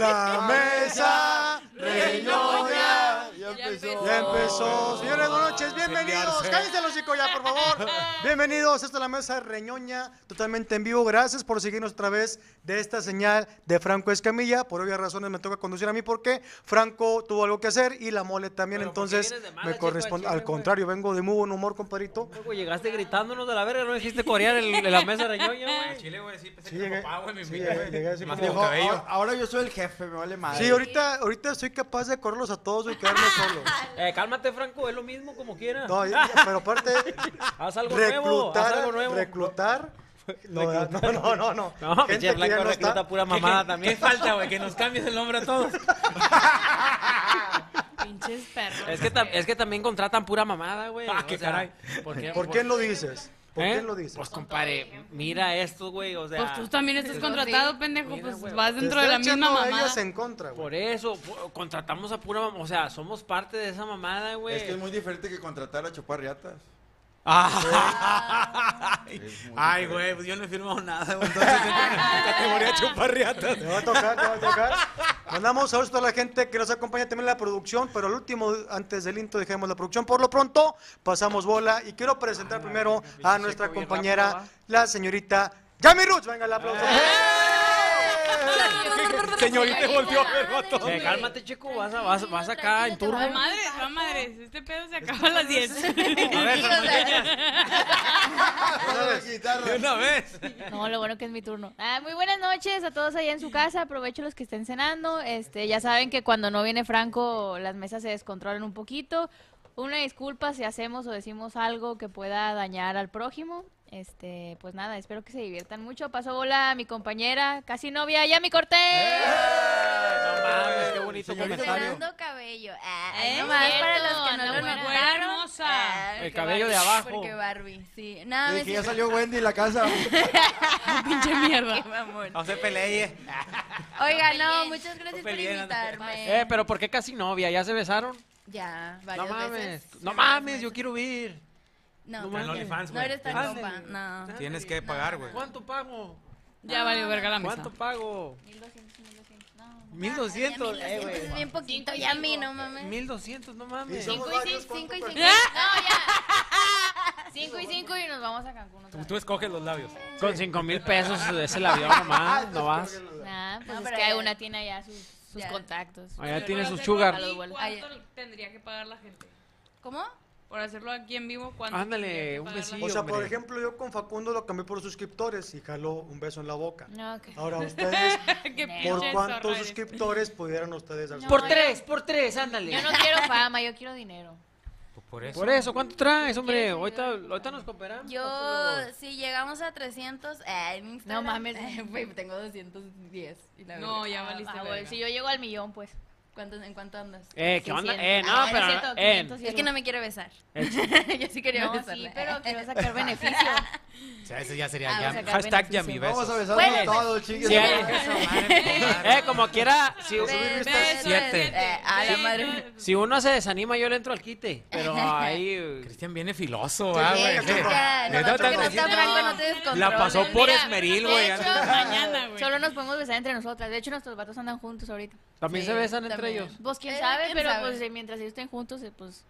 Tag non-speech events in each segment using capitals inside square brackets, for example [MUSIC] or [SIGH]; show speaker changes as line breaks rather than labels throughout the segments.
La mesa reñoña. Ya empezó. Ya empezó. Señores, buenas noches. Bienvenidos. Cállense los chicos ya, por favor. Bienvenidos. Esta es la mesa reñoña, totalmente en vivo. Gracias por seguirnos a través de esta señal de Franco Escamilla. Por obvias razones me toca conducir a mí porque Franco tuvo algo que hacer y la mole también.
Pero, ¿por qué
Entonces,
vienes de malas,
me
chico,
corresponde.
al
Al
chile, güey?
contrario, vengo de muy buen humor, compadrito.
Güey, llegaste gritándonos de la verga, no dijiste corear en en la mesa de ñoña,
Al
güey.
Chile, güey, sí, pensé
Sí,
que era
llegué-
papá, güey, me
sí,
invita,
llegué- llegué así
[LAUGHS]
Más
como- "Oh,
de cabello.
Ahora yo soy el jefe, me vale madre.
Sí, ahorita, ahorita soy capaz de correrlos a todos y quedarme solo.
Eh, cálmate, Franco, es lo mismo como quiera.
No, y- pero aparte,
Haz [LAUGHS] algo nuevo, haz
reclutar,
algo nuevo. [LAUGHS]
reclutar. No, no, no, no, no.
No,
Gente
pinche
que ya
Blanco
no está.
recluta pura mamada
[LAUGHS] ¿Qué
también.
falta, güey? Que nos cambies el nombre
[LAUGHS]
a todos.
Pinches perros.
Es que, tam- es que también contratan pura mamada, güey.
Ah,
o
qué
sea,
caray. [LAUGHS]
¿Por qué?
¿Por qué lo dices? ¿Por
¿Eh?
qué lo dices?
Pues,
Compadre, mira esto, güey, o sea.
Pues tú también estás contratado, pendejo.
Mira,
pues
güey.
vas
Te
dentro de la
está echando
misma
a
mamada.
ellas en contra, güey.
Por eso, pu- contratamos a pura mamada, o sea, somos parte de esa mamada, güey.
Es que es
[LAUGHS]
muy diferente que contratar a chupar riatas.
Ay, güey, pues yo no he firmado nada, güey. Entonces, categoría chuparriatas.
Te va a tocar, te va a tocar. Mandamos saludos a toda la gente que nos acompaña también en la producción, pero el último, antes del intro, dejemos la producción. Por lo pronto, pasamos bola y quiero
Ah,
presentar primero a nuestra
bien
compañera,
rápido, ¡Eh!
la señorita Yami Ruth. Venga, el aplauso.
Señorita, volteó a ver, vato.
Eh, cálmate, chico, vas, a, vas, vas acá en turno.
Va madres, va madres. Este pedo se acaba a las 10.
A
[LAUGHS]
ver, Franco,
Ah,
[LAUGHS]
de una vez.
No, lo bueno que es mi turno. Ah, muy buenas noches a todos allá en su casa. Aprovecho los que estén cenando. Este, ya saben que cuando no viene Franco, las mesas se descontrolan un poquito. Una disculpa si hacemos o decimos algo que pueda dañar al prójimo. Este, pues nada, espero que se diviertan mucho. Paso bola a mi compañera, casi novia, Yami Cortés.
No mames, qué bonito
Señorita,
comentario.
Dando cabello. Ah,
Eh,
Ay, nomás
cierto,
para los que no
anda
lo
buena.
notaron.
Hermosa.
Ah,
El
que
cabello de
Barbie,
abajo.
Porque Barbie, sí. Nada,
Le
me
dije, ya salió Wendy en la casa.
Pinche mierda.
[LAUGHS]
mamón.
No se pelee.
Oiga, no, muchas gracias por
peleen, no te
invitarme.
Eh, pero ¿por qué casi novia? ¿Ya se besaron?
Ya,
No
varias
mames,
veces.
no
Varias
mames,
veces.
yo quiero ir.
No,
no mames. OnlyFans,
no
güey.
eres tan
Ah,
compa,
sí.
no.
Tienes que pagar, güey.
¿Cuánto pago?
Ya valió verga la mesa.
¿Cuánto pago?
1200, 1200, no.
1200, eh,
Eso Es
güey.
bien poquito, ya a mí, no mames.
1200, no mames.
somos-
Cinco y
varios,
cinco, cinco y
¿cuánto
cinco. No, ya. [LAUGHS] Cinco y cinco y nos vamos a Cancún otra vez.
Tú escoges los labios.
Con 5 mil pesos Ah, es el avión
Ah,
nomás, no vas.
Nah, pues
No,
es
pero
que hay
ya-
una tiene allá sus, sus
ya.
contactos.
Allá tienes un
un
sugar.
¿Cuánto tendría que pagar la gente?
¿Cómo?
Por hacerlo aquí en vivo, ¿cuánto?
Ándale,
tendría que
un
pagar la
besito.
O sea, por
hombre.
ejemplo, yo con Facundo lo cambié por suscriptores y jaló un beso en la boca.
No, que-
Ahora ustedes,
gente? Qué
¿por
pinche zorra
cuántos
eres.
suscriptores pudieran ustedes darse?
Por
No,
tres, por tres, ándale.
Yo no quiero fama, yo quiero dinero.
Pues Por eso.
Por eso, ¿cuánto traes, hombre? Ahorita, ahorita nos cooperamos.
Yo,
Facundo.
si llegamos a 300, eh, en Instagram.
No mames.
[LAUGHS] Güey, tengo 210. y la
No,
verdad.
ya
Ah,
valiste
bueno,
verga.
si yo llego al millón, pues.
¿Cuántos- ¿En cuánto andas?
Eh, ¿qué onda?
600.
Eh, no,
Ah,
pero.
700,
eh,
500.
Es que no me quiere besar. Yo sí quería
No,
besarla.
sí, [LAUGHS] pero quiero sacar beneficio.
O sea, ese ya sería
Ah,
ya-
o sea, que
Hashtag
apenas
Yami
Vamos a
[LAUGHS] besos.
besarnos
Bueno,
todos, chingues.
Sí,
a
hay-
madre.
[LAUGHS] eh, como quiera, si,
Beso,
vistas,
beso,
siete.
beso. Eh, a la madre.
si uno se desanima, yo le entro al quite. Pero ahí. eh,
[LAUGHS]
Cristian viene filoso,
Sí,
ah,
sí,
güey.
sí, sí.
Le da
No, porque no
tanto-
está Franco, no te descontroles.
La pasó por esmeril,
De
güey. Ah,
hecho,
Mañana, güey.
Solo nos podemos besar entre nosotras. De hecho, nuestros vatos andan juntos ahorita.
También
Sí,
se besan entre
también.
ellos.
Vos quién
Eh,
sabe,
quién
pero
sabe.
pues eh, mientras ellos estén juntos, eh, pues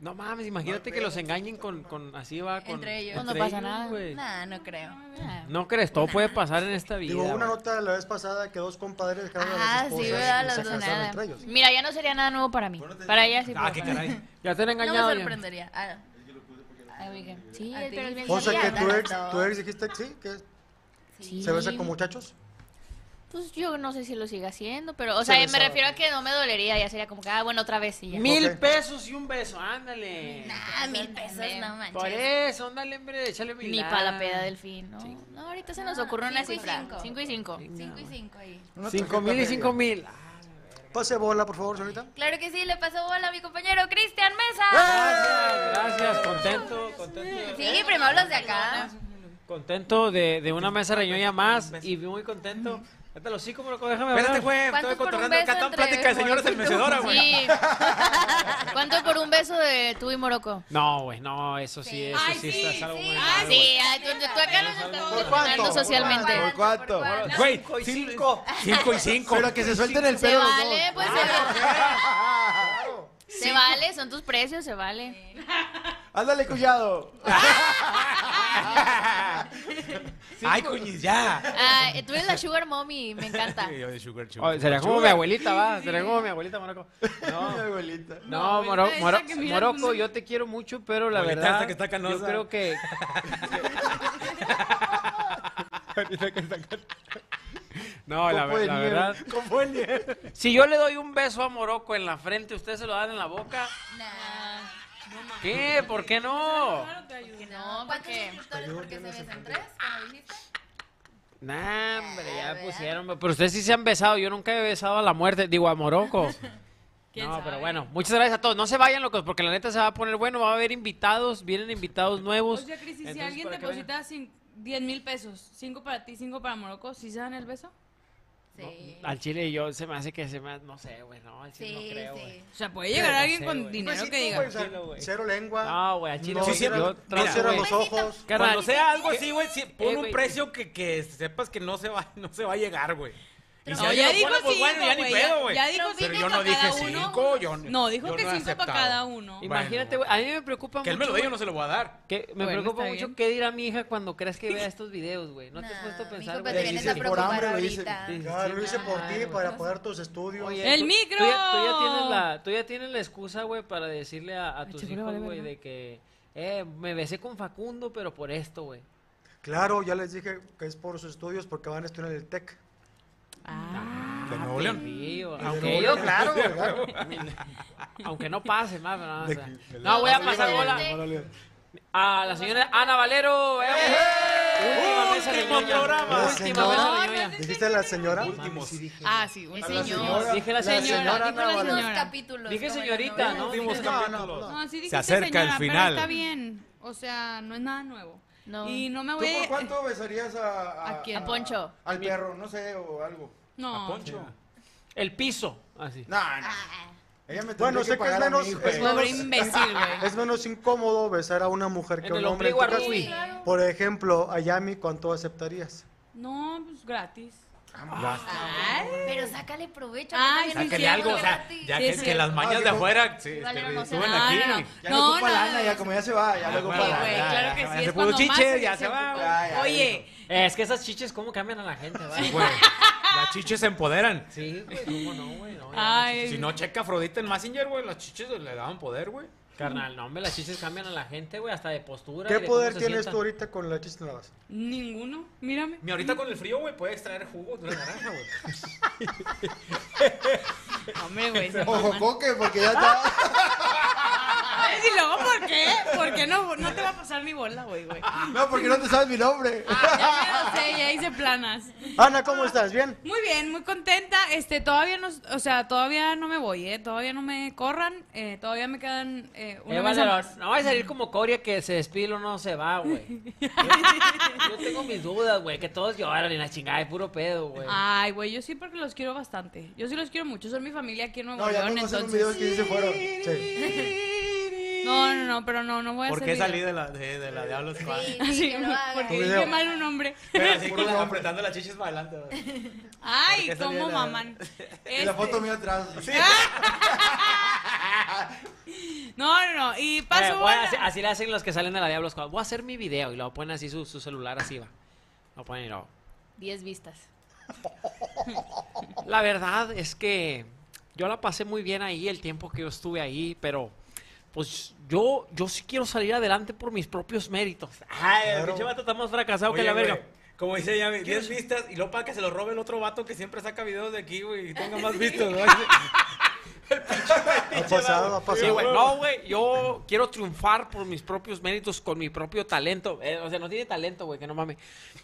No mames, imagínate que los engañen con, con así va con
Entre ellos.
Pues No, no
entre
pasa
ellos,
nada.
güey.
Nah, no creo.
Mm. eh,
No crees, todo puede pasar en esta vida.
Digo, una
güey.
nota la vez pasada que dos compadres dejaron
Ah,
a las
sí,
esposas
¿verdad?
y
Las
se
dos,
casaron
nada.
entre ellos.
Mira, ya no sería nada nuevo para mí. Para ella sí.
Ah,
puede
qué
pasar.
caray.
Ya te han
No
engañado.
me
ya.
sorprendería. Ah,
Ay, güey, que- Sí,
A ti.
pero es bien
O sea que
sabía.
tu
las
ex,
dos.
tu ex dijiste que sí, que
Sí.
se besa con muchachos.
Pues yo no sé si lo siga haciendo, pero, o
Se
sea, me
besaba.
refiero a que no me dolería, ya sería como que, ah, bueno, otra vez y ya.
Mil
Ok.
pesos y un beso, ándale.
ah, mil pesos, no manches.
Por eso, ándale, hombre, échale mil.
Ni
lana.
para la peda del fin, ¿no? No, ahorita se nos ocurre una
cinco y
cifra.
cinco.
5 y 5.
Cinco y cinco ahí.
Una
Cinco
tarjeta
mil y
negra.
cinco mil.
Pase bola, por favor, señorita.
Claro que sí, le pasó bola a mi compañero Cristian Mesa.
Ah, Gracias, gracias, contento, contento. ¿eh?
Sí, primero los de
Ah.
acá.
Contento de, de una mesa reñoña más y muy contento. Hasta los cinco, pero déjame hablar.
Espérate, güey. Estoy
¿Cuántos por un
cotorreando acá.
beso
Están
entre
pláticas de señores del
Morocco y tú?
mecedora, güey.
Sí. [LAUGHS] ¿Cuánto por un beso de tú y Morocco?
No, güey, no, eso sí, eso
Ay,
sí,
sí,
está es algo
sí.
muy
Ay,
mal, güey.
Sí, ay, tú, tú acá nos estamos
¿Por
discriminando
cuánto?
socialmente.
¿Por cuánto?
Güey, cin- cinco y cinco.
Pero que se suelten el
Se
pelo los dos.
vale, pues se vale.
[LAUGHS]
Se vale, son tus precios, se vale.
Ándale, cuñado.
[LAUGHS]
Ah.
Ay, coñiz, ya.
Ah, tú eres la sugar mommy, me encanta.
Yo de sugar,
Oh,
sugar.
sería como mi abuelita, va. Sería como mi abuelita, Morocco.
Mi
No,
abuelita.
no
mi
Moro-
abuelita
Moro-
esa que mira pues,
Morocco,
con-
yo te quiero mucho, pero la
Abuelita
verdad.
esa que está canosa.
Yo creo que. Abuelita que está canosa. No, la,
Copo
ver-
de
la
nieve.
verdad.
Copo de nieve.
Si yo le doy un beso a Morocco en la frente, ¿ustedes se lo dan en la boca? ¿Qué? ¿Por qué no?
No,
¿Cuántos
porque. Ah.
suscriptores porque se besan tres? como dijiste?
Nah, hombre, ya pusieron. Pero ustedes sí se han besado. Yo nunca he besado a la muerte. Digo,
[LAUGHS]
a Morocco. No, pero bueno, muchas gracias a todos. No se vayan locos, porque la neta se va a poner bueno. Va a haber invitados, vienen invitados
O
nuevos.
sea, Cris, y si
Entonces,
alguien
para que vean.
deposita cin- 10 mil pesos, 5 para ti, 5 para Morocco, ¿sí se dan el beso?
Sí.
Al chile yo se me hace que se me. No sé, güey, no, al chile
Sí,
no creo, güey.
sí.
O sea, puede llegar alguien
sé,
con
güey.
dinero
Besito,
que diga.
güey, o sea,
Tranquilo, güey.
Cero lengua.
No, güey, al chile
no,
yo-
sí, cierra-
yo
cierra,
trato,
no cierra
güey.
los ojos.
Carnal,
Cuando sea algo así, güey, si-
Eh,
pon un
güey.
precio que, que sepas que no se va, no se va a llegar, güey. Y
No,
alguien
ya
lo
dijo
pone, pues
cinco,
bueno, ya ni
güey,
pedo,
ya-
güey.
ya dijo
Pero
cinco
yo no
para
dije
cada uno.
cinco, yo
No, dijo
yo
que
he
cinco para
aceptado.
cada uno.
Imagínate, güey. ah,
Bueno.
A mí me preocupa
Que él me
mucho.
lo dé, yo
güey,
no se lo voy a dar.
que me
Bueno,
preocupa
está
mucho
bien.
qué dirá mi hija cuando creas
[LAUGHS]
que vea estos videos, güey. No pues, te has puesto a pensar,
Mi hijo te
güey?
vienes
sí,
a
sí, por
preocupar
hambre lo hice.
ahorita.
Sí, sí,
Ya,
sí,
lo hice por
ay,
ti
güey.
para pagar tus estudios.
Oye,
¡El
tú-
micro!
Tú ya, tú ya tienes la, tú ya tienes la excusa, güey, para decirle a, a tus
chico, le
hijos,
vale
güey,
verga.
de que eh, me besé con Facundo, pero por esto, güey.
Claro, ya les dije que es por sus estudios porque van a estudiar en el
[LAUGHS]
TEC.
De Nuevo León.
Mío,
Y de
Aunque
nuevo,
[LAUGHS] ellos,
claro, claro.
aunque no pase más, no, o
De-
sea,
de-
no voy a pasar
de-
bola
de-
a la señora Ana Valero. eh, Última mesa
Último
reñoña.
programa.
La
Última
señora.
mesa reñoña.
¿Dijiste a la señora?
Últimos.
Ah, sí, un
la
señor.
Dije la
La
señora.
señora Ana
Unos
Valero.
capítulos.
Dije
como en
señorita,
la
¿no?
novela.
Últimos
No, no,
capítulos.
no.
No, sí dijiste,
Se acerca el
señora, pero
final.
está bien. O sea, no es nada nuevo.
No.
Y no me
¿Tú
voy
por cuánto besarías a,
¿A quién?
A Poncho.
Al perro, no sé, o algo.
No.
A Poncho.
El piso. Así.
No, no. Ella me
Bueno,
tendría
sé que es
pagar a
menos-
mí, güey.
es menos-
Ah. Pobre imbécil,
[LAUGHS]
güey.
Es menos incómodo besar a una mujer que a
En
un
el
hombre.
ombligo a
En tu caso,
Rubí.
Por ejemplo, a Yami, ¿cuánto aceptarías?
No, pues gratis.
Ah,
Pero sácale provecho.
Ay, sí,
Sácale
sí,
algo, o sea,
gratis.
ya
Sí,
que,
es
que
cierto.
las mañas de
digo,
afuera Ah, sí, este,
Valero, no se
suben
da.
aquí.
No, no, no.
Ya no, ocupa
no,
lana,
no,
ya
no.
como ya se va, ya
Ah,
lo ocupa
Sí,
Para,
güey,
ya,
lana.
claro
ya,
que sí.
ya se
es
pudo
cuando
chiche,
más se
ya se va,
ocupa.
Ya, ya,
Oye,
Es que esas chiches, ¿cómo cambian a la gente? va?
Sí, güey. Las chiches se empoderan.
Sí, güey, ¿cómo no, güey? No, ya,
Ay.
Si no, checa a Afrodita en Messenger, güey, las chiches le daban poder, güey.
Carnal, no, hombre, las chiches cambian a la gente, güey, hasta de postura. y
¿Qué
de cómo
poder
se
tienes
sientan.
tú ahorita con la chiste en la base?
ninguno. Mírame.
Ni ahorita con el frío, güey, puede extraer jugo de una naranja, güey.
Hombre, güey. se
Ojo,
maman.
coque, porque ya está.
[LAUGHS]
Ay, Y luego, ¿por qué? ¿Por qué no, no te va a pasar mi bola, güey, güey?
No, porque no te sabes mi nombre.
Ya me lo sé, ya hice planas.
Ana, ¿cómo estás? ¿Bien?
Muy bien, muy contenta. Este, todavía no, o sea, todavía no me voy, ¿eh? Todavía no me corran, eh, todavía me quedan eh, una
Eh,
mesa
Valero,
más.
no va a salir como Coria que se despilo no se va, güey. Yo, yo tengo mis dudas, güey, que todos lloran y la chingada es puro pedo,
Ah,
güey.
Ay, güey, yo sí porque los quiero bastante. Yo sí los quiero mucho, son mi familia aquí en Nuevo
No, ya
León,
no hacer un video
entonces.
que sí se fueron.
Sí.
No, no, no, pero no, no voy a
¿Por
hacer
qué
video.
salí de la, de, de la Diablo Squad?
Sí,
Ah,
sí,
sí,
que lo haga.
porque
Un
dije
video.
mal un nombre.
Pero así con las,
nombre.
apretando las chiches bailando, güey.
Ay,
¿Por qué salí
cómo
de la-
maman.
Y la
Este,
foto mía atrás.
Sí.
No, no, no. Y
Eh,
paso
voy a-
bola.
así, así le hacen los que salen de la Diablo Squad. Voy a hacer mi video y lo ponen así su, su celular, así va. Lo ponen y lo.
10 vistas.
La verdad es que yo la pasé muy bien ahí el tiempo que yo estuve ahí, pero pues yo, yo sí quiero salir adelante por mis propios méritos. Ay, el pinche vato está más fracasado que
Oye,
la
güey,
verga.
Como dice ella, 10 vistas y luego para que se lo robe el otro vato que siempre saca videos de aquí, güey, y tenga más vistas, ¿no?
Ha pasado, ha
Sí,
pasado.
güey, no, güey, yo quiero triunfar por mis propios méritos, con mi propio talento. Eh, o sea, no tiene talento, güey, que no mames.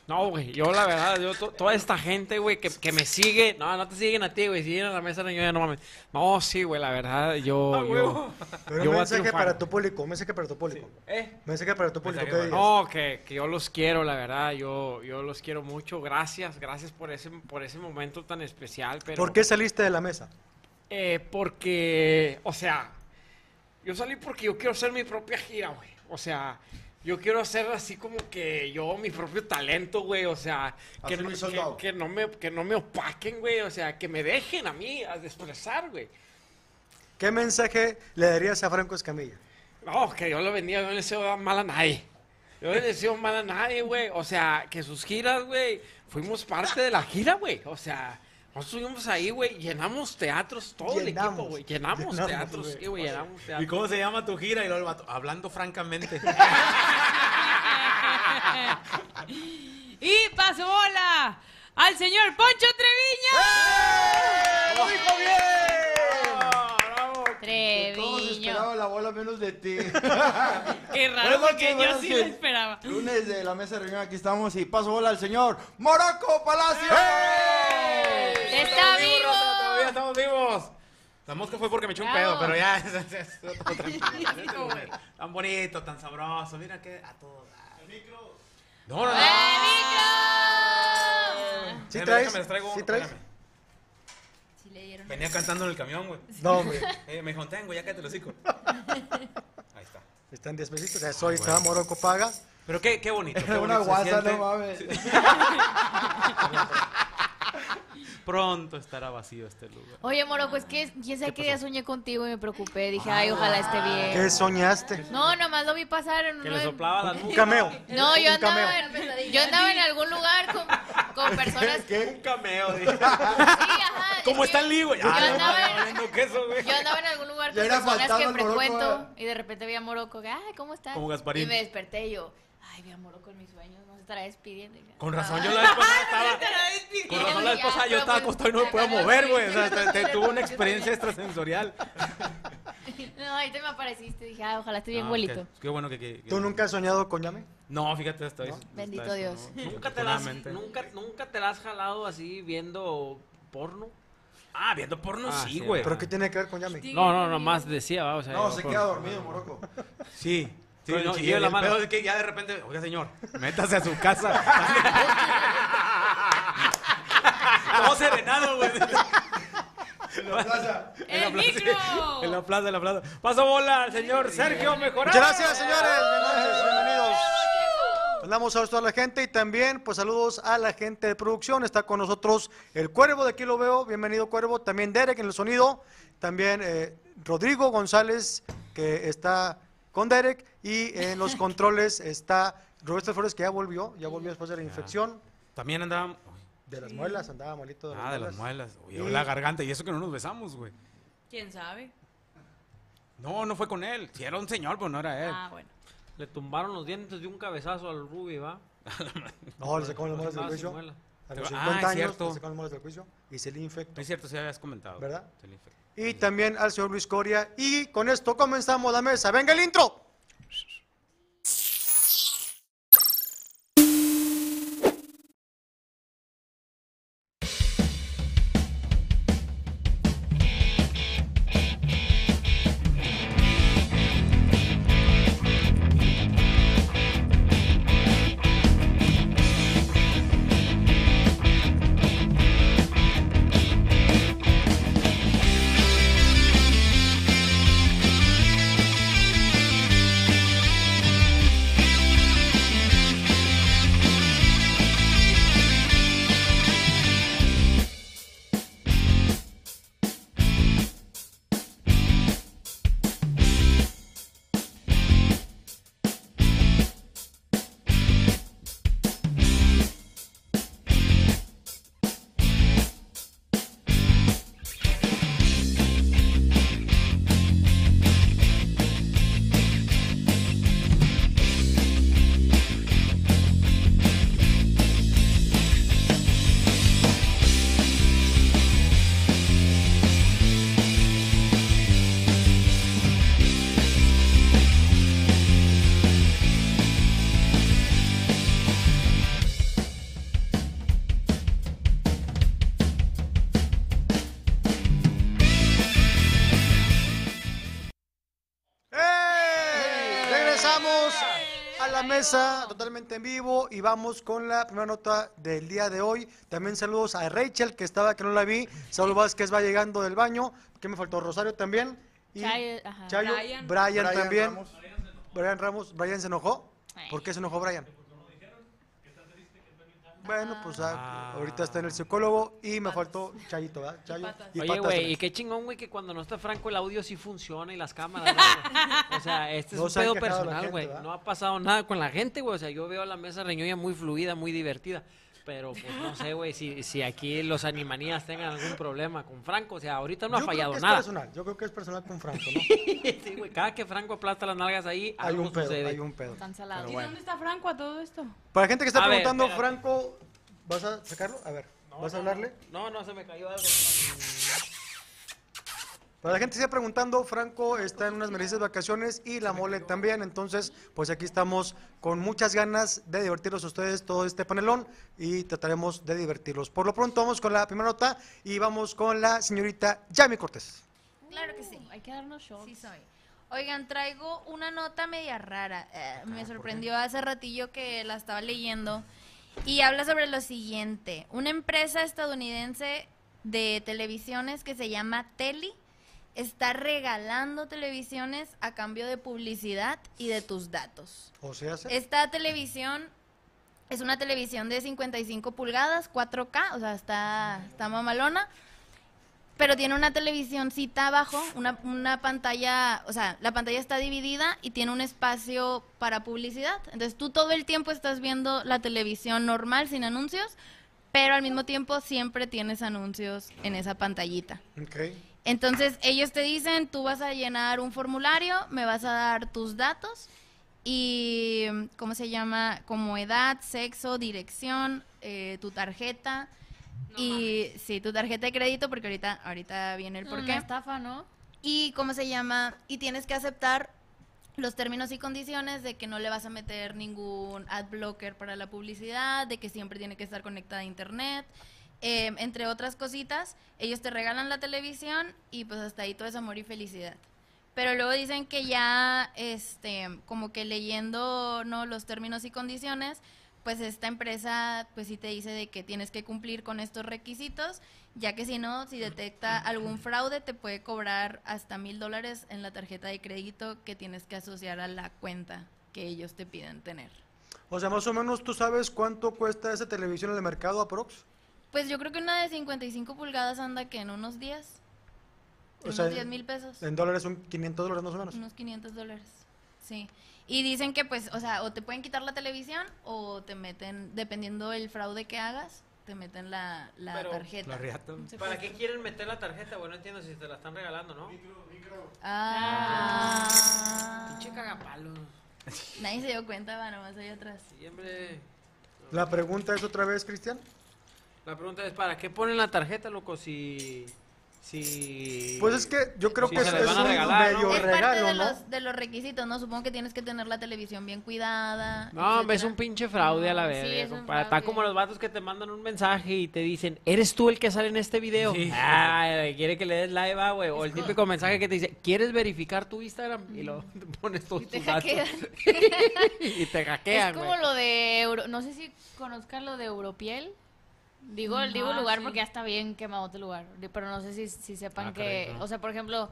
No, güey, yo la verdad, yo to- toda esta gente, güey, que, que me sigue. No, no te siguen a ti, güey, siguen a la mesa de ya no mames. No, sí, güey, la verdad, yo... yo,
Pero
yo
un
voy a
mensaje
triunfar.
para tu público, un mensaje para tu público.
Eh,
Mensaje para tu público,
Mensaje
¿qué
para-
dirías?
No, que, que yo los quiero, la verdad, yo, yo los quiero mucho. Gracias, gracias por ese, por ese momento tan especial. Pero...
¿Por qué saliste de la mesa?
Eh, porque, o sea, yo salí porque yo quiero hacer mi propia gira, güey. O sea, yo quiero hacer así como que yo mi propio talento, güey. O sea, que
Hacer
no,
mi
que-
soldado.
que no me, que no me opaquen, güey. O sea, que me dejen a mí a expresar, güey.
¿Qué mensaje le darías a Franco Escamilla?
No, que yo lo vendía, yo no le deseo mal a nadie. Yo no le deseo mal a nadie, güey. O sea, que sus giras, güey, fuimos parte de la gira, güey. O sea, nosotros estuvimos ahí, güey, llenamos teatros, todo el equipo,
Llenamos,
güey. Llenamos,
llenamos,
teatros,
güey.
sí, güey, llenamos
¿Y
teatros.
cómo se llama tu gira? Y luego el vato, hablando francamente. [LAUGHS]
Y paso bola al señor Poncho Treviño.
Todos
Treviño.
esperaban la bola menos de [LAUGHS] ti.
Qué raro,
Buenas
porque
noches,
yo sí lo
buenas
esperaba.
Lunes de la mesa de reunión, aquí estamos y paso bola al señor Morocco Palacio.
Estamos
¡Está
vivos, Rosa, todavía
vivo!
estamos vivos. La mosca fue porque me eché un
Bravo.
pedo, pero ya. [LAUGHS] es- es- es todo tranquilo. tan bonito, tan sabroso. Mira que a todos. El micro. No, no, no.
¡Treviño!
¿Sí
Déjame,
traes?
déjame, les traigo
¿Sí
uno,
traes?
espérame.
Sí le dieron.
Venía cantando en el camión,
[LAUGHS]
güey.
No, hombre.
Eh, me dijo, tengo, ya cállate los hocico. Ahí está.
Están 10 pesitos. Eso ahí está, Morocco paga.
Pero qué, qué bonito. qué
Ah, [LAUGHS] Una
bonito se
guasa,
siente.
no mames.
Pronto estará vacío este lugar.
Oye, Moroco, es que quién sabe qué día soñé contigo y me preocupé. Dije, ay, ojalá esté bien.
¿Qué soñaste?
No, nomás lo vi pasar en
Que le
uno de...
soplaba la nuca.
Un cameo.
No, yo
Un cameo.
andaba, en, yo andaba en algún lugar con, con personas... Sí,
Un cameo.
ajá. es
¿Cómo
que-
está el lío, güey?
Yo
Ah,
andaba en-
hablando queso, güey.
Yo andaba en algún lugar
Ya
con
era
personas
fantasma
que
el Morocco,
frecuento
¿verdad?
y de repente vi a Morocco, que, ay, ¿cómo estás?
Como Gasparín.
Y me desperté y yo, ay, vi a Morocco en mis sueños, no se estará despidiendo. Y dije,
[LAUGHS]
Con razón,
[LAUGHS]
yo la vez pasada estaba. Con razón, la vez
Ya,
pasada yo
pero
estaba
pues,
acostado y no me
la
podía
verdad,
mover,
sí.
güey. O sea, te,
[LAUGHS]
te tuvo una experiencia extrasensorial.
No, ahí te me apareciste, dije, ay, ojalá esté bien,
Ah,
abuelito.
qué- Qué bueno que. que- que-
¿Tú nunca has soñado con Yami?
No, fíjate, hasta eso.
Bendito
hasta eso,
Dios.
no.
¿Nunca te, la has,
Afortunadamente.
nunca, ¿Nunca te la has jalado así viendo porno?
Ah, viendo porno
Ah,
sí,
sí,
güey.
¿Pero qué tiene que ver con Yami?
No, no, nomás decía, va, o sea,
Pues, No,
yo-
se queda dormido, Morocco.
Sí. Sí,
Pero
no,
no,
y
lleva
el
la mano.
pedo es que ya de repente, oiga señor, métase a su
[LAUGHS]
casa. Todo serenado, güey.
¡El micro!
En la plaza, en la plaza. Paso bola al señor Sergio Mejorado.
Gracias, señores. Buenas noches, bienvenidos. Mandamos saludos a toda la gente y también, pues, saludos a la gente de producción. Está con nosotros el Cuervo, de aquí lo veo. Bienvenido, Cuervo. También Derek en el sonido. También eh, Rodrigo González, que está con Derek. Y en los controles está Roberto Flores, que ya volvió. Ya volvió después de la infección.
También andábamos.
De las muelas, andaba malito de las
Ah, de las
muelas.
muelas. Oye,
Y-
la garganta. Y eso que no nos besamos, güey.
¿Quién sabe?
No, no fue con él. Si era un señor, pues no era él.
Ah,
Eh.
bueno.
le tumbaron los dientes de un cabezazo al Ruby, va.
No, le sacaron las muelas del
Andaba sin
juicio.
muela.
A los
Ah,
50
es
años
cierto.
le sacaron las muelas del juicio y se le infectó.
es cierto, sí habías comentado.
¿Verdad?
Se le infectó.
Y también al señor Luis Coria. Y con esto comenzamos la mesa. ¡Venga el intro! la mesa, totalmente en vivo. Y vamos con la primera nota del día de hoy. También saludos a Rachel, que estaba, que no la vi. Saúl Vázquez va llegando del baño. ¿Qué me faltó? Rosario también. Y
Chayo, ajá.
Chayo,
Brian.
Brian, también.
Ramos.
Brian Ramos. Brian se enojó.
Ay.
¿Por qué se enojó Brian? Bueno, pues ah, ahorita está en el psicólogo y me faltó Chayito, ¿verdad? Chayo. Y
Oye,
patas
güey,
también.
y qué chingón, güey, que cuando no está Franco el audio sí funciona y las cámaras. ¿no? o sea, este es
No
un
se ha
pedo
quejado la
personal,
gente,
güey.
¿verdad?
No ha pasado nada con la gente, güey. O sea, yo veo la mesa reñoña muy fluida, muy divertida. Pero, pues, no sé, güey, si, si aquí los animanías tengan algún problema con Franco. O sea, ahorita no
Yo
ha
creo
fallado
que es
nada.
personal, yo creo que es personal con Franco, ¿no?
Sí, güey, cada que Franco aplasta las nalgas ahí,
hay
[LAUGHS] algo
un pedo,
sucede.
hay un pedo.
Están salados.
¿Y dónde está Franco a todo esto?
Para la gente que está
A ver,
preguntando,
espérate.
Franco, ¿vas a sacarlo? A ver, ¿vas a hablarle?
No, no, se me cayó algo.
Para la gente que está preguntando, Franco está en unas merecidas vacaciones y la mole también. Entonces, pues aquí estamos con muchas ganas de divertirlos a ustedes todo este panelón y trataremos de divertirlos. Por lo pronto, vamos con la primera nota y vamos con la señorita Yami Cortés.
Claro que sí.
Hay que darnos show.
Sí soy. Oigan, traigo una nota media rara. Eh, me sorprendió hace ratillo que la estaba leyendo. Y habla sobre lo siguiente. Una empresa estadounidense de televisiones que se llama Teli está regalando televisiones a cambio de publicidad y de tus datos.
O sea, se-
Esta televisión es una televisión de 55 pulgadas, 4K, o sea, está, está mamalona. Pero tiene una televisioncita abajo, una, una pantalla, o sea, la pantalla está dividida y tiene un espacio para publicidad. Entonces tú todo el tiempo estás viendo la televisión normal, sin anuncios, pero al mismo tiempo siempre tienes anuncios en esa pantallita.
Ok.
Entonces ellos te dicen, tú vas a llenar un formulario, me vas a dar tus datos y, ¿cómo se llama? Como edad, sexo, dirección, eh, tu tarjeta. y sí, tu tarjeta de crédito, porque ahorita, ahorita viene el
¿Por
porqué.
qué? estafa, Mm, ¿no?
Y cómo se llama, y tienes que aceptar los términos y condiciones de que no le vas a meter ningún ad blocker para la publicidad, de que siempre tiene que estar conectada a internet, eh, entre otras cositas. Ellos te regalan la televisión y pues hasta ahí todo es amor y felicidad. Pero luego dicen que ya, este, como que leyendo no los términos y condiciones, pues esta empresa, pues sí te dice de que tienes que cumplir con estos requisitos, ya que si no, si detecta algún fraude, te puede cobrar hasta mil dólares en la tarjeta de crédito que tienes que asociar a la cuenta que ellos te piden tener.
O sea, más o menos tú sabes cuánto cuesta esa televisión en el mercado, aprox.
Pues yo creo que una de 55 pulgadas anda que en unos 10,
O
unos
sea,
10 mil pesos.
En dólares son 500 dólares más o menos.
Unos 500 dólares. Sí. Y dicen que, pues, o sea, o te pueden quitar la televisión o te meten, dependiendo del fraude que hagas, te meten la, la
Pero-
tarjeta.
¿Para qué quieren meter la tarjeta? Bueno, entiendo si te la están regalando, ¿no?
Ah.
Pinche cagapalo.
Nadie se dio cuenta, va, nomás ahí atrás.
Siempre.
La pregunta es otra vez, Cristian.
La pregunta es, ¿para qué ponen la tarjeta, loco? Si... si...
Pues es que yo creo
Sí,
que
se
es,
les
es
van a
un
regalar, ¿no?
medio
es parte
regalo,
de,
¿no?
los, de los requisitos, ¿no? Supongo que tienes que tener la televisión bien cuidada.
No, hombre, es
Eh,
etcétera.
un pinche fraude a la
Sí,
verga,
es un
compadre. Está
fraude.
como los vatos que te mandan un mensaje y te dicen, ¿eres tú el que sale en este video? Ah, quiere que le des like, va, güey. O el típico mensaje que te dice, ¿quieres verificar tu Instagram? Y lo [LAUGHS] te pones todos
te
tus datos.
hackean.
[LAUGHS] y te
Es
hackean,
como
güey.
lo de Euro... No sé si conozcan lo de Europiel. Digo, digo
Ah,
lugar
sí.
porque ya está bien quemado este lugar. Di- Pero no sé si, si sepan
Ah,
que...
caray, no.
O sea, por ejemplo,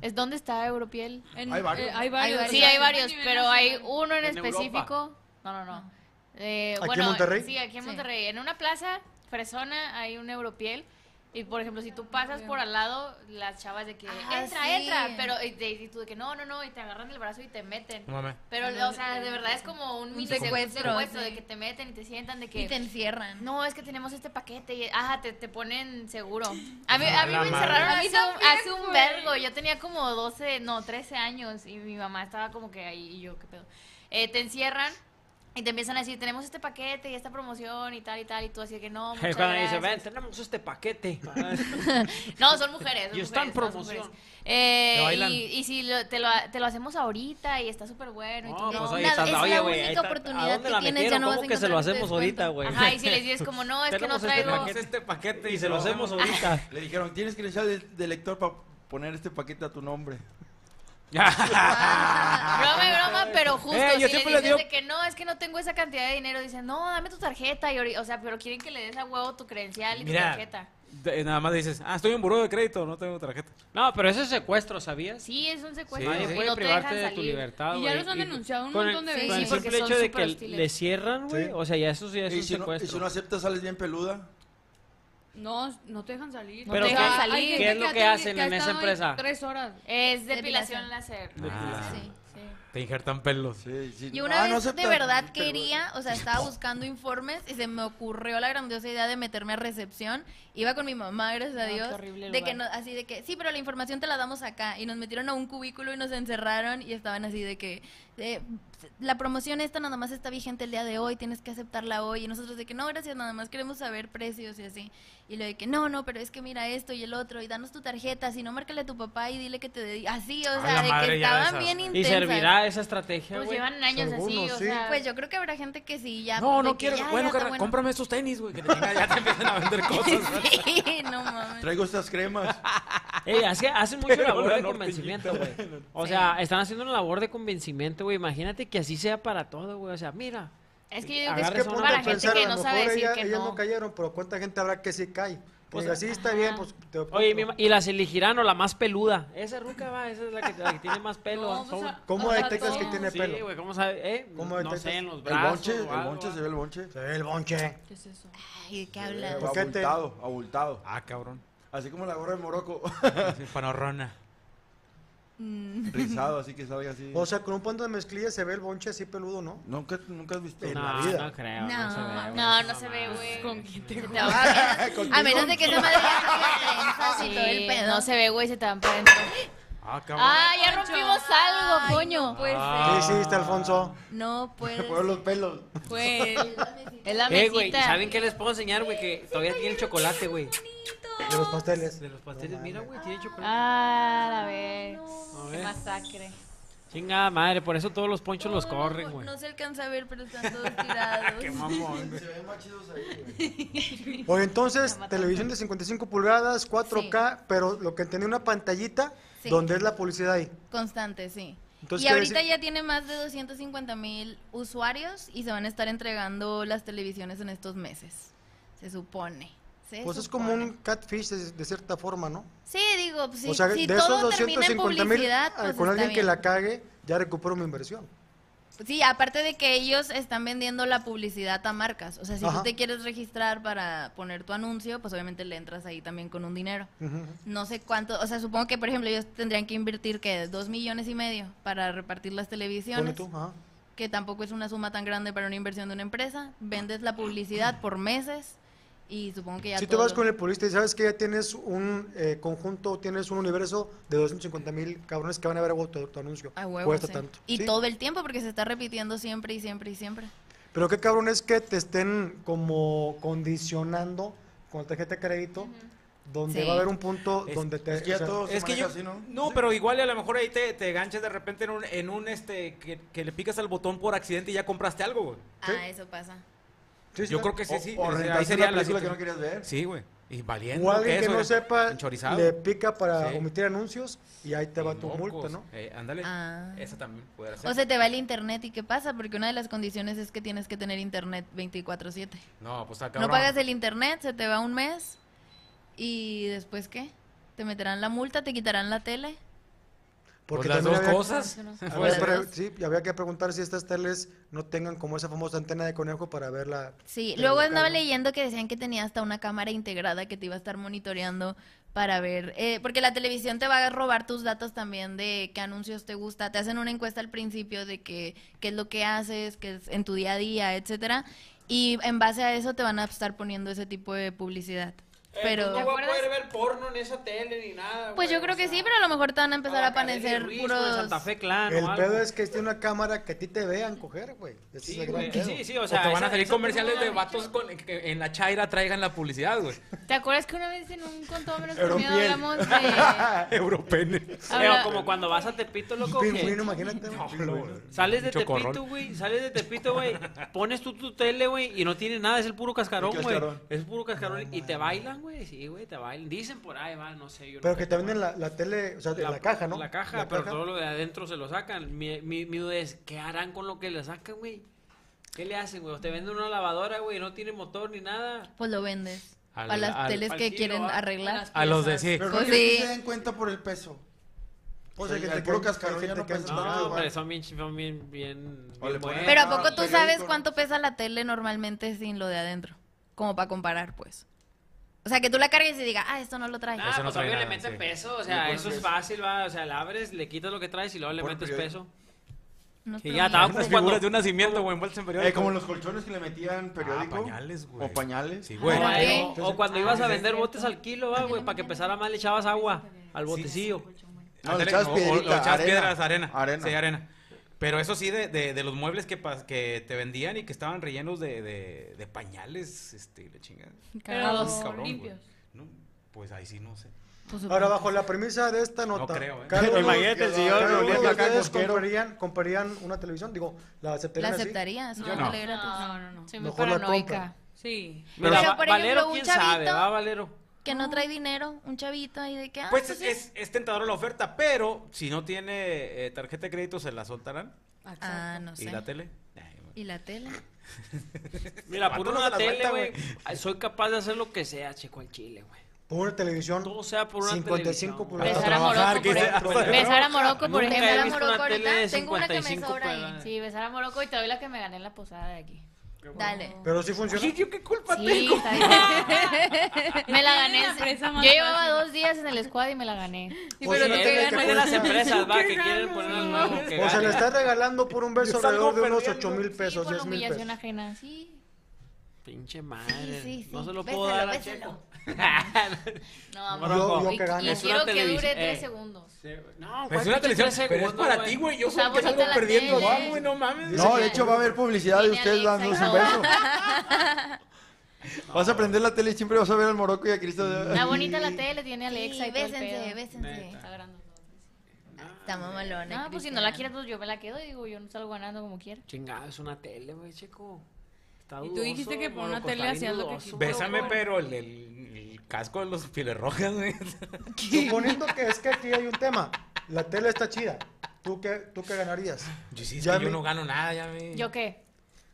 ¿es dónde está Europiel?
En-
Hay varios.
eh, hay varios.
Sí, hay varios,
A nivel
pero hay
nacional.
uno en,
En
específico. No, no, no. Eh,
¿Aquí en
bueno,
Monterrey?
Sí, aquí en
Sí.
Monterrey. En una plaza, Fresona, hay un Europiel. Y por ejemplo, si tú pasas por al lado, las chavas de que
Ah,
entra,
sí.
entra, pero y, te- y tú de que no, no, no, y te agarran el brazo y te meten. Pero, o sea, de verdad es como un mini
secuestro,
secuestro,
sí.
de que te meten y te sientan, de que
Y te encierran.
no, es que tenemos este paquete y ajá, te, te ponen seguro. A mí, a mí
Ah, la
me encerraron hace,
madre. A mí
un-
también,
hace un
güey.
vergo. Yo tenía como 12, no, 13 años y mi mamá estaba como que ahí y yo, qué pedo. Eh, te encierran y te empiezan a decir, tenemos este paquete y esta promoción y tal y tal. Y tú así de que
[LAUGHS]
no, muchas
Y Cuando dice,
gracias".
ven, tenemos este paquete.
No, son mujeres. son
Y está en
mujeres, todas son
promoción.
mujeres. Eh,
Te bailan.
y, y si lo- te, lo, te lo hacemos ahorita y está súper bueno. y tú,
No,
"No,
pues
no,
ahí
nada,
está.
es la
Oye, güey,
única
ahí está.
oportunidad
¿A dónde
que
la
tienes,
metieron?
ya no vas
¿Cómo
a
que se lo
encontrar ese
hacemos ahorita,
descuento?
güey?
Ajá, y si les dices
[LAUGHS]
como, no, es que no
pues. Tenemos este
traigo...
Tenemos este paquete
Y se lo hacemos ahorita.
[LAUGHS]
Le dijeron, tienes credencial de, de lector para poner este paquete a tu nombre.
Broma y broma, pero justo
Eh, yo
si le
siempre les digo-
dices de que no, es que no tengo esa cantidad de dinero, dicen, no, dame tu tarjeta, y ahori- o sea, pero quieren que le des a huevo tu credencial y tu
Mira.
tarjeta.
De- nada más dices, ah, estoy en buró de crédito, no tengo tarjeta.
No, pero eso es secuestro, ¿sabías?
Sí, es un secuestro.
Nadie
y
puede
no te dejan
privarte de tu
salir.
libertad,
Y ya
güey.
los han denunciado un
con el-
montón de
Sí,
Con
veces.
el
porque
simple
son
hecho de
súper
que
hostiles.
le cierran, güey.
Sí.
O sea, ya eso sí
Y
es un
si, no, y si
secuestro.
no aceptas, sales bien peluda.
No, no te dejan salir.
No
Pero
te dejan
Hay
salir.
gente
¿Qué es
que
lo
ha
que
tenido-
hacen
ha
en esa
estado
empresa?
Tres horas.
Es
Depilación.
depilación láser.
Ah,
Sí.
Sí.
Te injertan pelos.
Sí, sí.
Y una
Ah, no
vez de
aceptas,
verdad
pero-
quería, o sea, estaba buscando informes y se me ocurrió la grandiosa idea de meterme a recepción. Iba con mi mamá, gracias a
No, qué
Dios,
horrible
de que no,
lugar.
así de que, sí, pero la información te la damos acá y nos metieron a un cubículo y nos encerraron y estaban así de que eh, la promoción esta nada más está vigente el día de hoy, tienes que aceptarla hoy y nosotros de que no, gracias, nada más queremos saber precios y así. Y lo de que no, no, pero es que mira esto y el otro y danos tu tarjeta, si no márcale a tu papá y dile que te dé así, o
la
sea, de que
madre, ya
estaban
esas.
bien
Y
Y
intensas.
servirá esa estrategia,
Pues
güey.
llevan años así,
Algunos,
o
sí.
sea.
Pues yo creo que habrá gente que sí, ya.
No,
pues, de
no
que
quiero.
ya, ya
bueno,
está
carnal, cómprame estos tenis, güey. Que te tenga- ya te empiezan a vender cosas. güey.
[LAUGHS] Sí, no mames.
Traigo estas cremas. [LAUGHS]
Ey, hace- hacen mucho
Pero
labor
la
de
norteñita.
convencimiento, güey. O sea, están haciendo una labor de convencimiento, güey. Imagínate que así sea para todo, güey. O sea, mira.
Es que yo digo
Agarres
que
Es
es
que
una-
para
ponte a
gente
pensar,
que
a lo
no sabe
mejor
decir
ella-
que
ellas no.
no.
cayeron, pero cuánta gente habrá que sí cae.
Pues,
Pues así está bien, pues te
Oye, mi ma- y las elegirán o la más peluda. Esa ruca va, esa es la que, la que tiene más pelo.
No, pues,
¿Cómo?
ah,
a-
¿Cómo
o sea,
detectas que
todo-
tiene
sí,
pelo?
güey, ¿cómo sabe? ¿Eh?
¿Cómo
no
detectas?
sé, en los
El
brazos.
bonche, el
o algo,
bonche, se ve el bonche. Eh,
Se ve el bonche.
¿Qué es eso?
Ay, ¿de qué hablas?
¿Por qué te-
Abultado, abultado.
Ah, cabrón.
Así como la gorra de [LAUGHS] Morocco.
Sí, Panorrona.
Rizado, así que salga así.
O sea, con un punto de mezclilla se ve el bonche así peludo, ¿no?
Nunca, nunca has visto.
En
No,
la vida.
no creo, no,
No,
se ve. güey.
No, no se ve, güey.
¿Con quién te
No, [LAUGHS] [LAUGHS] a menos- a menos de que esa madre ya salga trenzas y todo el
Sí,
pedo.
No se ve, güey, se te van para adentro.
Ah, cabrón.
Ah, ya rompimos algo, coño.
Pues,
Ah.
¿Qué hiciste, Alfonso?
no puede
Por los pelos.
fue? el-
Es la
Eh, güey, ¿y
mesita.
¿saben qué les puedo enseñar, güey? Que todavía tiene el chocolate, güey.
De los pasteles.
De los pasteles, mira, güey, tiene chocolate.
Ah, la vez.
A
Qué
ver.
[LAUGHS] masacre.
Chingada madre, por eso todos los ponchos
No,
los
no,
corren,
no,
güey.
No se alcanza a ver, pero
[LAUGHS]
están todos tirados.
Se ven más chidos ahí, güey.
Oye, entonces, televisión de 55 pulgadas, 4K, pero lo que tenía una pantallita
Sí.
donde es la publicidad ahí.
Constante, sí.
Entonces,
y
¿qué
ahorita
decir?
ya tiene más de 250 mil usuarios y se van a estar entregando las televisiones en estos meses. Se supone. Se
Pues es
supone.
como un catfish de, de cierta forma, ¿no?
Sí, digo, pues, si,
o sea,
si
de
todo
esos
termina en
250 mil,
publicidad, pues
con
está
alguien que
bien.
la cague, ya recupero mi inversión.
Sí, aparte de que ellos están vendiendo la publicidad a marcas. O sea, si
Ajá.
tú te quieres registrar para poner tu anuncio, pues obviamente le entras ahí también con un dinero.
Ujú.
No sé cuánto, o sea, supongo que, por ejemplo, ellos tendrían que invertir, que Dos millones y medio para repartir las
Ponle
televisiones,
tú, ajá.
que tampoco es una suma tan grande para una inversión de una empresa. Vendes la publicidad por meses y supongo que ya
Si te
todo
vas
lo-
con el publicista y sabes que ya tienes un eh, conjunto, tienes un universo de 250 mil cabrones que van a ver a tu, tu anuncio.
A huevo,
Cuesta
sí.
tanto.
Y
Sí.
todo el tiempo, porque se está repitiendo siempre y siempre y siempre.
Pero qué cabrón es que te estén como condicionando con tarjeta de crédito, donde
Sí.
va a haber un punto
Es-
donde te...
Es que ya
o sea,
todo se
Es que
maneja
yo,
así, ¿no?
no, pero igual y a lo mejor ahí te, te ganchas de repente en un, en un este, que, que le picas al botón por accidente y ya compraste algo, güey.
Sí.
Ah, eso pasa.
Sí, sí,
Yo
sí.
creo que sí, sí.
O, o
o sea,
rentarse
ahí sería
una
la
película que
situ-
no querías ver.
Sí, güey. Y valiendo.
O alguien que
queso,
no
güey.
sepa,
Enchorizado.
le pica para
Sí.
omitir anuncios y ahí te va
Y
tu
mocos.
multa, ¿no?
Eh, ándale.
Ah.
Esa también puede ser.
O se te va el internet y qué pasa, porque una de las condiciones es que tienes que tener internet 24/7.
no, pues acá.
No pagas el internet, se te va un mes y después qué? Te meterán la multa, te quitarán la tele.
Porque Pues las
también
dos
había-
cosas.
había
Pues,
pre-
las dos.
sí, y había que preguntar si estas teles no tengan como esa famosa antena de conejo para ver la...
Sí,
tele
luego
local,
andaba
¿no?
leyendo que decían que tenía hasta una cámara integrada que te iba a estar monitoreando para ver, eh, porque la televisión te va a robar tus datos también de qué anuncios te gusta, te hacen una encuesta al principio de que, qué es lo que haces, qué es en tu día a día, etcétera, y en base a eso te van a estar poniendo ese tipo de publicidad.
Eh,
Pero
No voy a poder ver porno en esa tele ni nada,
Pues yo creo que sí, pero a lo mejor te van a empezar a aparecer
Ah, De
puros-
Santa Fe Clan
El
o algo.
pedo es que tiene una cámara que a ti te vean coger, güey. Ese es
Sí,
el gran
güey,
pedo.
sí, sí, o
O,
sea,
te van a
esa-
salir
esa-
comerciales de vatos con, que en la chaira traigan la publicidad, güey.
¿Te acuerdas que una vez en un contómenos
Europiel.
comido hablamos de.
Europene.
Pero
habla-
como cuando vas a Tepito, loco, que
Pingüino, imagínate. un pingüino.
sales de
Un chocorrol.
Tepito, güey, sales de Tepito, güey, pones tú tu tele, güey, y no tiene nada, es el puro cascarón,
El
güey.
cascarón.
Es el puro cascarón y te bailan, bailan, güey. Sí, güey, te bailan. Dicen por ahí, va, no sé. Yo
Pero
nunca
que
he
te venden
tomado.
la, la tele, o sea, de la, caja, ¿no?
La caja, pero todo lo de adentro se lo sacan. Mi, mi, mi duda es, ¿qué harán con lo que le sacan, güey? ¿Qué le hacen, güey? Te venden una lavadora, güey, no tiene motor ni nada.
Pues lo vendes.
Al-
para las
al-
teles
al
que
kilo,
quieren
ah.
arreglar.
A los de sí.
Pero no
Pues
creo que
sí.
se den cuenta por el peso.
O
sea,
sea, que
al
te
puro
puro
cascarón
cascarón
ya no pesa
no,
tanto,
No,
güey.
pero son bien, son bien, bien,
O le
bien
ponen-
buenas.
Pero ¿a
Ah,
poco tú
periódico,
sabes
¿no?
cuánto pesa la tele normalmente sin lo de adentro? Como para comparar, pues. O sea, que tú la cargues y digas, ah, esto no lo trae.
Ah,
Eso no
pues
trae
obvio le
nada,
meten
sí.
peso, o
Le
sea,
ponen
eso es
peso.
fácil, va, o sea, la abres, le quitas lo que traes y luego le
Por
metes
periódico.
peso.
Unos
Y ya
promedios.
estaba
Unas
como cuando...
figuras de un nacimiento, güey, envueltas en periódico.
Eh, como los colchones que le metían periódico.
Ah, pañales, güey.
O pañales.
Sí,
O,
güey.
Ah,
eh,
ok.
o- o cuando ibas a
pues
vender botes al kilo, va, güey, para que pesara más le echabas agua
pues,
al botecillo.
No, le
Ándale,
echabas
o- o-
piedrita,
o echabas
arena.
piedras, arena.
Arena.
Sí, arena. Pero eso sí, de, de, de los muebles que, pas- que te vendían y que estaban rellenos de, de, de pañales, este, la chingada.
Pero
Cabrón, güey.
limpios.
No, pues ahí sí no sé.
Pues,
Ahora,
supongo.
bajo la premisa de esta nota,
creo, ¿eh?
cada
[LAUGHS]
uno-
Imagínate el sillón,
cada uno
olía
de
caca
ustedes
cosquero.
comprarían, comprarían una televisión, digo, la
¿La
aceptarían así?
aceptarías?
Yo no.
tele gratis.
No, no, no.
Soy muy
Mejor la
paranoica.
compra.
Sí.
Mira,
Pero,
Va-
por
Valero,
ejemplo, un
quién sabe,
chavito-
va, Valero.
Que no trae dinero, un chavito ahí de que, ah,
Pues es, es, es tentadora la oferta, pero si no tiene eh, tarjeta de crédito, se la soltarán.
Ah, no sé.
¿Y la tele? Ay, güey.
¿Y la tele?
Mira,
Vato
por
no
una
se la
tele,
suelta,
güey. Ay, Soy capaz de hacer lo que sea, checo, al chile, güey.
Por una televisión.
Todo sea por una
55
televisión.
pulgadas.
Besar
Hasta
a Morocco,
trabajar,
por
que sea- [LAUGHS]
ejemplo.
[LAUGHS]
hasta
Besar a Morocco, por
Nunca
ejemplo.
he
la
visto una
Morocco
tele de
ahorita. Tengo una que me
55
sobra ahí.
pulgadas.
Sí, besar a Morocco y te doy la que me gané en la posada de aquí.
Dale.
Pero sí funciona.
Oye, ¿yo qué culpa
Sí,
tengo?
está bien. Me la gané.
Es la presa
Yo
más
llevaba
fácil.
dos días en el squad y me la gané.
Sí,
Pues
pero
sí,
no
Es
te
que
ganas.
después de las
funciona.
empresas,
[LAUGHS]
va,
Qué
que quieren
raro,
poner
sí.
al nuevo. que
O sea,
gane.
le estás regalando por un beso
Yo salgo
alrededor de unos
perdiendo.
8 mil pesos, 10
sí, por la
mil
humillación
pesos.
ajena, sí.
Pinche
Sí,
madre.
sí, sí.
No se lo
Bésalo,
puedo dar a
bésalo.
Checo. [LAUGHS]
Pues
No, amor.
Yo, yo
Y,
que gano.
y
Es una
quiero que dure
televisión,
tres
eh.
segundos.
No,
Pues
güey,
es una
pinche
televisión,
tres
pero es
segundos,
para
güey.
ti, güey. Yo soy
Está
el que
bonita
salgo
la
perdiendo,
tele.
va, güey, no mames.
No, de hecho va a haber publicidad de
Tiene
ustedes
Alexa
dándose un
y todo.
beso.
[LAUGHS]
Vas a prender la tele y siempre vas a ver al Morocco y a Cristo.
Está bonita la tele, tiene Alexa
Sí,
y todo el
bésense,
pedo.
bésense.
Está grande.
Estamos malones.
No, pues si no la quieres,
Cristian.
pues yo me la quedo y digo, yo no salgo ganando como quiera.
Chingado, es una tele, güey, Checo. Está
Y tú
dudoso,
dijiste que por
Morocco,
una tele
está bien
hacías lo que
dudoso,
quisieras.
Bésame,
Morocco.
pero el, el- el casco de los pieles rojas, güey. [LAUGHS]
Suponiendo que es que aquí hay un tema. La tele está chida. ¿Tú qué, tú qué ganarías?
Yo, Pues sí, es
Ya
que yo
vi-
no gano nada, ya me...
¿Yo qué?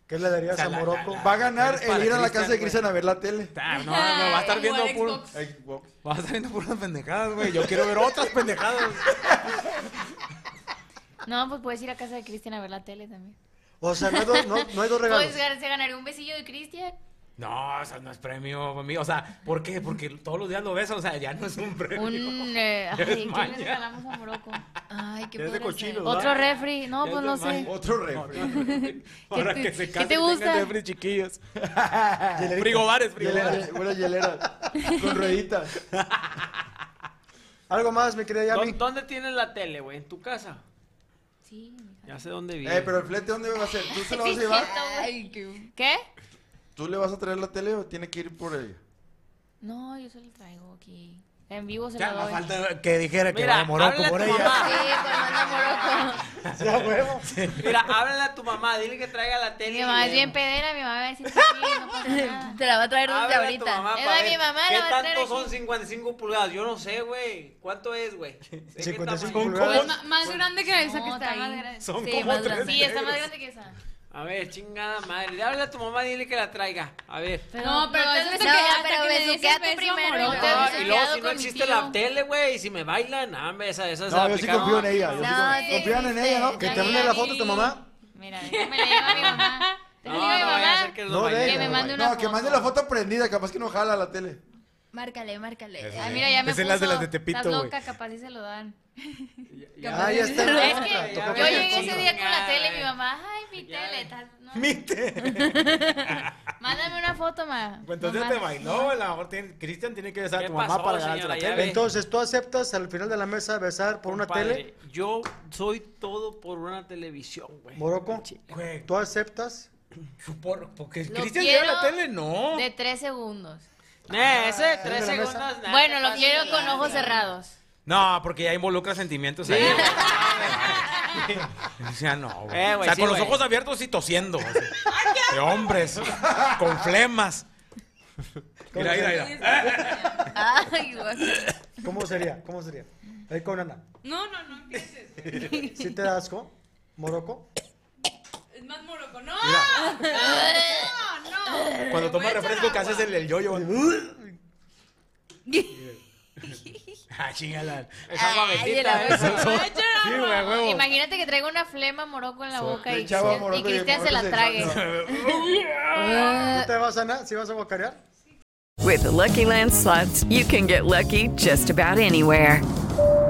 ¿Qué le darías
O sea,
a
la-
Morocco?
la- la-
Va a ganar
Es para
el ir a la
Cristian,
casa de
güey.
Cristian a ver la tele.
Ah, no, no, va a estar
[LAUGHS]
Ay,
viendo
igual
puro...
Xbox.
Ay, wow.
Va a estar viendo puras pendejadas, güey. Yo quiero ver otras pendejadas.
No, pues puedes ir a casa de Cristian a ver la tele también.
O sea, no hay dos, no, no hay dos regalos.
Pues gan- se ganaría un besillo de Cristian.
[LAUGHS] No, o sea, no es premio para mí. O sea, ¿por qué? Porque todos los días lo ves, o sea, ya no es un premio.
Un. [LAUGHS] eh, ay,
Ya es
¿qué
maña.
le regalamos a Morocco?
Ay, qué
Ya es de
podrá ser?
cochino,
Otro refri. No,
Ya
pues
es
no
de maña.
sé.
Otro refri.
[LAUGHS] Ahora
te-
que se
qué
casen,
te
tengan
gusta?
refri [LAUGHS] chiquillos.
Hielerita.
Frigobares, frigobares.
Hielera, Una hielera.
[LAUGHS]
Con rueditas.
Algo más, mi querida
¿Dó-
Yami.
¿Dónde tienes la tele, güey? ¿En tu casa?
Sí, mija.
Ya sé dónde vive.
Eh, pero el flete, ¿dónde va a ser? ¿Tú
[LAUGHS]
se lo
Sí,
vas a llevar?
cierto, güey.
Ay, qué-
¿Qué?
¿Tú le vas a traer la tele o tiene que ir por ella?
No, yo se lo traigo aquí. En vivo se
Ya,
la
no
doy.
falta que dijera que
Mira,
va de Morocco
háblale a
por
tu
ella.
Sí,
mamá.
pues manda
[LAUGHS]
Morocco.
Ya, huevo.
Mira, háblale a tu mamá, dile que traiga la tele.
Mi
y
mamá es
vemos.
bien pedera, mi mamá va a decir que sí, no pasa nada.
Te la va a traer desde
Háblale a tu
ahorita.
mamá
Es
pa'
la
ver
mi mamá,
¿Qué
la va a traer
tanto son
aquí.
55 pulgadas? Yo no sé, güey. ¿Cuánto
[LAUGHS]
es, güey? Sé que
55
tamaño.
pulgadas.
Pues ma- más grande que esa que
No,
está
está más
ahí.
[LAUGHS]
grande.
Son
Sí,
como
más
tres
grande. Sí, está más
metros.
grande que esa.
A ver, chingada madre. Háblale a tu mamá, dile que la traiga. A ver.
No, pero
te
eso es
beso-
lo que- hasta
pero
que le des el
besuquea tú
beso
primero,
amoroso.
no te
Ah,
beso.
y luego, si
quedado
no
con
existe
mi tío.
la tele, güey, y si me bailan, ah, hombre, esa, esa se
No, yo sí
aplicaron.
confío en ella. yo sí
No,
confío-
sí
Confían en ella, ¿no?
existe.
Que te
Ya
mande la
vi.
foto de tu mamá.
Mira, [LAUGHS] me la llevo a mi mamá. Te
No,
digo
no,
a mi
vaya a
mamá.
ser que los
No,
bailen.
de
que me mande una
No, que mande la foto prendida, capaz que no jala la tele.
Márcale, márcale.
Eso
Ay,
sí.
mira, ya me
Es en
puso.
las de las de Tepito,
Estás
güey.
loca, capaz y se lo dan.
Ah, ya está.
Pero es
loca.
que
Tocó
yo
que
llegué
sí.
ese día con la
Chingada,
tele y
güey.
mi mamá, ay, mi
Ya.
tele. tal- no.
Mite.
Mándame una foto, ma.
Pues [LAUGHS] entonces
Mamá.
te bailó, a lo mejor tiene- Cristian tiene que besar a
¿Qué
tu mamá
pasó,
para ganarse la
señora? Ya
tele.
ve.
Entonces, ¿tú aceptas al final de la mesa besar por una
Compadre,
tele?
Yo soy todo por una televisión, güey.
Morocco,
Chile.
Güey,
¿tú aceptas?
Pues, por- porque
Lo
Cristian lleva
quiero
la tele, no.
De tres segundos.
Eh, ese de
¿de
tres
la
segundos.
mesa?
nada,
Bueno, lo
pasa
quiero
nada.
con
[LAUGHS]
ojos cerrados.
No, porque ya involucra sentimientos ahí. Ah,
[LAUGHS]
O [LAUGHS] sea, no, güey.
Eh, güey,
o sea,
sí,
con los
güey.
ojos abiertos y tosiendo. o sea, de hombres, con flemas. Mira, mira, mira.
[LAUGHS] Ay, güey.
¿Cómo sería? ¿Cómo sería? Ahí con Ana.
No, no, no empieces.
[LAUGHS] ¿Sí te da asco? ¿Moroco?
Es más moroco. ¡No! ¡No! ¡No!
Cuando
Te
tomas
voy a echar
refresco, que
agua.
haces el, el yoyo. ah, chingala.
Es agua
Ay,
bendita,
la
¿eh?
verdad.
Te voy a echar agua.
Sí, güey, a huevo.
Imagínate que traiga una flema moroco en la boca y,
Le echaba
y
moroco y
Cristian
moroco
se la
se
trague.
¿Tú te vas, Ana? ¿Sí vas a guacarear?
With the Lucky Land slots, you can get lucky just about anywhere.